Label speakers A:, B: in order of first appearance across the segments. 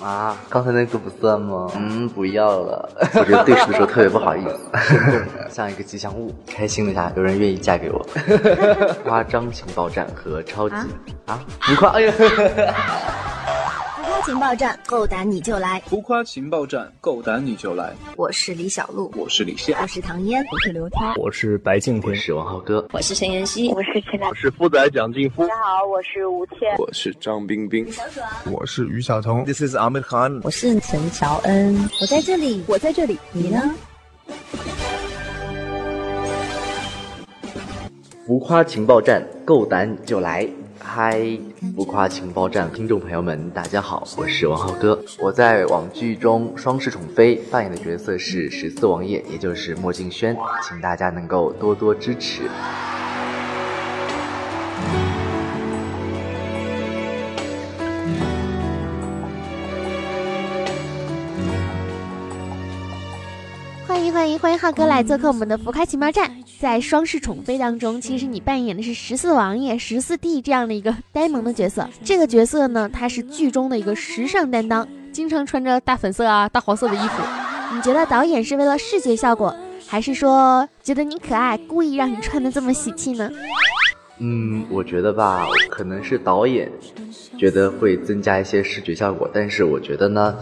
A: 啊，刚才那个不算吗？
B: 嗯，不要了。
A: 我觉得对视的时候特别不好意思，
B: 像一个吉祥 物，开心了一下，有人愿意嫁给我。夸张情报站和超级啊，浮夸，哎 呀，
C: 浮夸情报站，够胆你就来！
D: 浮夸情报站，够胆你就来！
C: 我是李小璐，
D: 我是李现，
C: 我是唐嫣，
E: 我是刘涛，
F: 我是白敬亭，
B: 是王浩哥，
G: 我是陈妍希，
H: 我是陈楠，
I: 我是富仔蒋劲夫。
J: 大家好，我是吴倩，
K: 我是张冰冰，
L: 我是于小彤
M: ，This is Ahmed Khan，
N: 我是陈乔恩，
O: 我在这里，
P: 我在这里，
O: 你呢？
B: 浮夸情报站，够胆你就来！嗨，浮夸情报站听众朋友们，大家好，我是王浩哥。我在网剧中《双世宠妃》扮演的角色是十四王爷，也就是莫敬轩，请大家能够多多支持。
Q: 欢迎欢迎欢迎浩哥来做客我们的浮夸情报站。在《双世宠妃》当中，其实你扮演的是十四王爷、十四弟这样的一个呆萌的角色。这个角色呢，他是剧中的一个时尚担当，经常穿着大粉色啊、大黄色的衣服。你觉得导演是为了视觉效果，还是说觉得你可爱，故意让你穿的这么喜气呢？
B: 嗯，我觉得吧，可能是导演觉得会增加一些视觉效果，但是我觉得呢。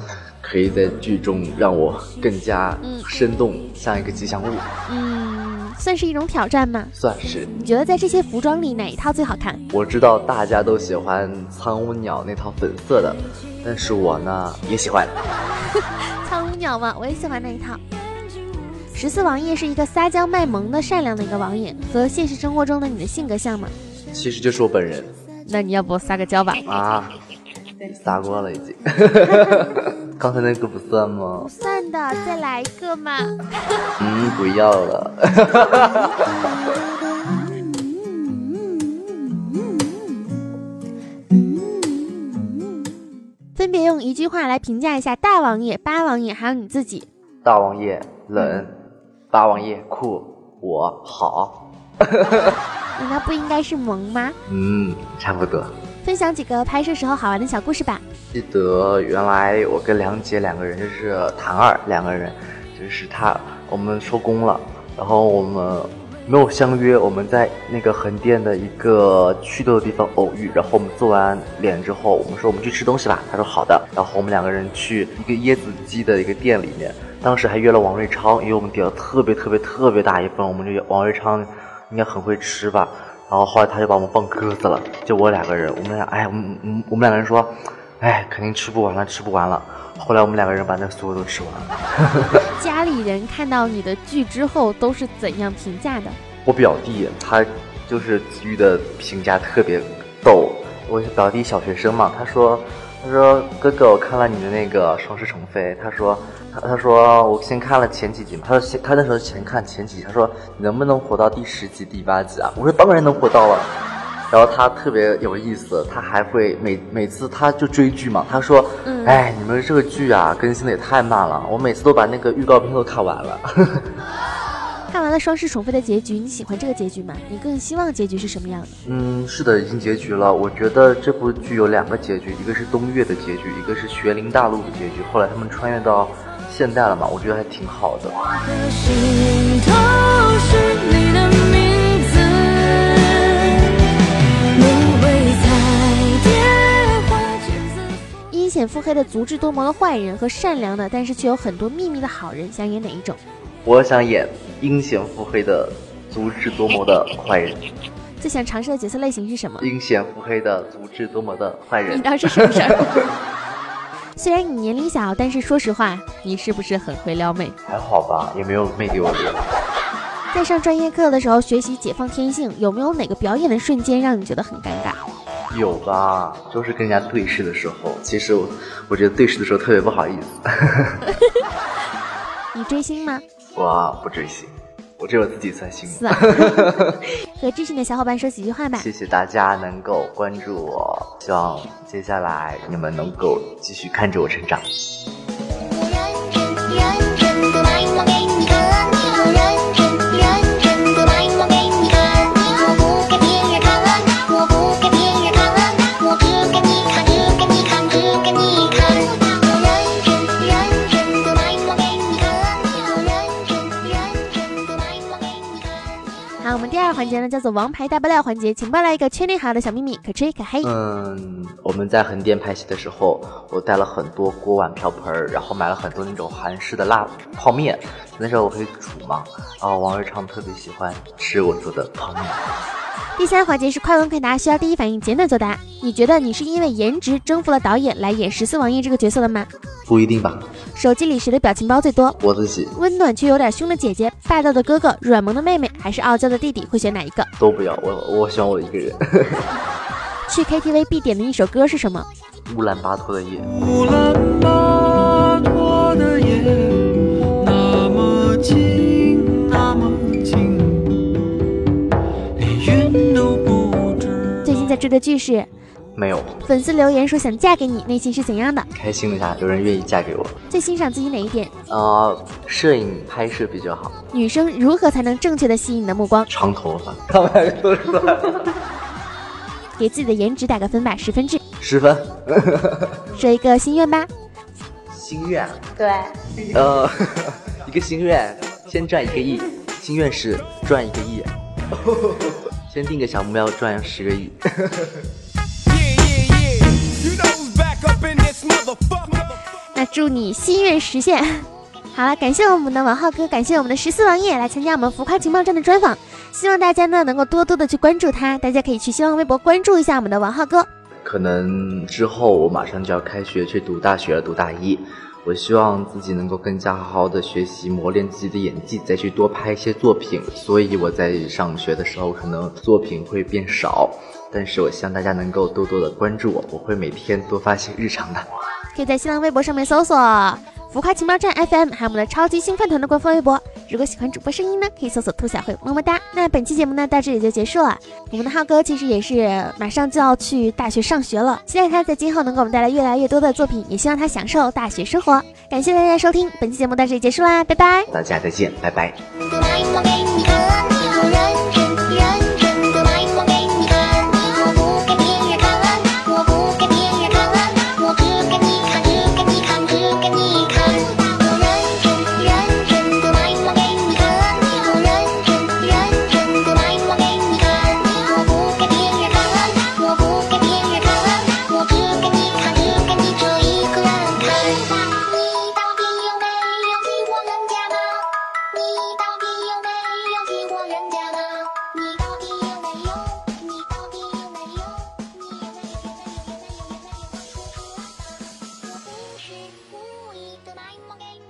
B: 可以在剧中让我更加生动，嗯、像一个吉祥物。
Q: 嗯，算是一种挑战吗？
B: 算是。
Q: 你觉得在这些服装里哪一套最好看？
B: 我知道大家都喜欢苍鹭鸟那套粉色的，但是我呢也喜欢。
Q: 苍鹭鸟吗？我也喜欢那一套。十四王爷是一个撒娇卖萌的善良的一个王爷，和现实生活中的你的性格像吗？
B: 其实就是我本人。
Q: 那你要不撒个娇吧？
B: 啊，撒过了已经。 刚才那个不算吗？
Q: 不算的，再来一个嘛。
B: 嗯，不要了。
Q: 分别用一句话来评价一下大王爷、八王爷，还有你自己。
B: 大王爷冷，八王爷酷，我好。
Q: 你那不应该是萌吗？
B: 嗯，差不多。
Q: 分享几个拍摄时候好玩的小故事吧。
B: 记得原来我跟梁杰两个人，就是谭二两个人，就是他我们收工了，然后我们没有相约，我们在那个横店的一个祛痘的地方偶遇，然后我们做完脸之后，我们说我们去吃东西吧，他说好的，然后我们两个人去一个椰子鸡的一个店里面，当时还约了王瑞超，因为我们点了特别特别特别大一份，我们就王瑞超应该很会吃吧。然后后来他就把我们放鸽子了，就我两个人，我们俩，哎，我们我们两个人说，哎，肯定吃不完了，吃不完了。后来我们两个人把那所有都吃完了。
Q: 家里人看到你的剧之后都是怎样评价的？
B: 我表弟他就是剧的评价特别逗。我表弟小学生嘛，他说，他说哥哥，我看了你的那个《双世宠妃》，他说。他他说我先看了前几集嘛，他说先他那时候前看前几集，他说你能不能活到第十集、第八集啊？我说当然能活到了。然后他特别有意思，他还会每每次他就追剧嘛，他说，哎、嗯，你们这个剧啊更新的也太慢了，我每次都把那个预告片都看完了。
Q: 看完了《双世宠妃》的结局，你喜欢这个结局吗？你更希望结局是什么样的？
B: 嗯，是的，已经结局了。我觉得这部剧有两个结局，一个是东岳的结局，一个是学林大陆的结局。后来他们穿越到。现代了嘛，我觉得还挺好的。
Q: 阴险腹黑的足智多谋的坏人和善良的，但是却有很多秘密的好人，想演哪一种？
B: 我想演阴险腹黑的足智多谋的坏人。
Q: 最想尝试的角色类型是什么？
B: 阴险腹黑的足智多谋的坏人。
Q: 你倒是什么事儿？虽然你年龄小，但是说实话，你是不是很会撩妹？
B: 还好吧，也没有妹给我撩。
Q: 在上专业课的时候学习解放天性，有没有哪个表演的瞬间让你觉得很尴尬？
B: 有吧，就是跟人家对视的时候。其实我，我觉得对视的时候特别不好意思。
Q: 你追星吗？
B: 我不追星，我只有自己算星。
Q: 和支持你的小伙伴说几句话吧。
B: 谢谢大家能够关注我，希望接下来你们能够继续看着我成长。
Q: 二环节呢，叫做王牌大爆料环节，请爆料一个圈内好友的小秘密，可吹可黑。
B: 嗯，我们在横店拍戏的时候，我带了很多锅碗瓢盆儿，然后买了很多那种韩式的辣泡面。那时候我会煮嘛，然后王日常特别喜欢吃我做的泡面。
Q: 第三环节是快问快答，需要第一反应简短作答。你觉得你是因为颜值征服了导演来演十四王爷这个角色的吗？
B: 不一定吧，
Q: 手机里谁的表情包最多？
B: 我自己
Q: 温暖却有点凶的姐姐，霸道的哥哥，软萌的妹妹，还是傲娇的弟弟？会选哪一个？
B: 都不要，我我喜欢我一个人。
Q: 去 KTV 必点的一首歌是什么？
B: 乌兰巴托的夜，
E: 乌兰巴托的夜，那么静，那么静，连云都不知。
Q: 最近在追的剧是？
B: 没有
Q: 粉丝留言说想嫁给你，内心是怎样的？
B: 开心了一下，有人愿意嫁给我。
Q: 最欣赏自己哪一点？
B: 呃，摄影拍摄比较好，
Q: 女生如何才能正确的吸引你的目光？
B: 长头发，他们两个都是
Q: 给自己的颜值打个分吧，十分制。
B: 十分。
Q: 说一个心愿吧，
B: 心愿，
F: 对，
B: 呃， 一个心愿，先赚一个亿，心愿是赚一个亿， 先定个小目标赚十个亿。
Q: 那祝你心愿实现。 好了，感谢我们的王浩哥，感谢我们的十四王爷来参加我们浮夸情报站的专访，希望大家呢能够多多的去关注他，大家可以去新浪微博关注一下我们的王浩哥。
B: 可能之后我马上就要开学去读大学了，读大一。我希望自己能够更加好好的学习，磨练自己的演技，再去多拍一些作品。所以我在上学的时候，可能作品会变少，但是我希望大家能够多多的关注我，我会每天多发些日常的。
Q: 可以在新浪微博上面搜索“浮夸情报站 FM”，还有我们的超级兴奋团的官方微博。如果喜欢主播声音呢，可以搜索“兔小慧”，么么哒。那本期节目呢到这里就结束了。我们的浩哥其实也是马上就要去大学上学了，期待他在今后能给我们带来越来越多的作品，也希望他享受大学生活。感谢大家收听，本期节目到这里结束啦，拜拜。
B: 大家再见，拜拜。
G: 多买一双给你看，以后认真认真。多买一双给你看，以后不给别人看，我不给别人看，我只给你看，只给你看，只给你看。我认真认真，多买一双给你看，以后认真认真。多买一双给你看，以后不给别人看，我不给别人看，我只给你看，只给你这一个人看。你到底有没有听过人家吗？你到底有没有听过人家吗？你到底有没有？你到底有没有？你有没有有没有有没有有没有有没有说出来吧？我不是故意的，埋没给你。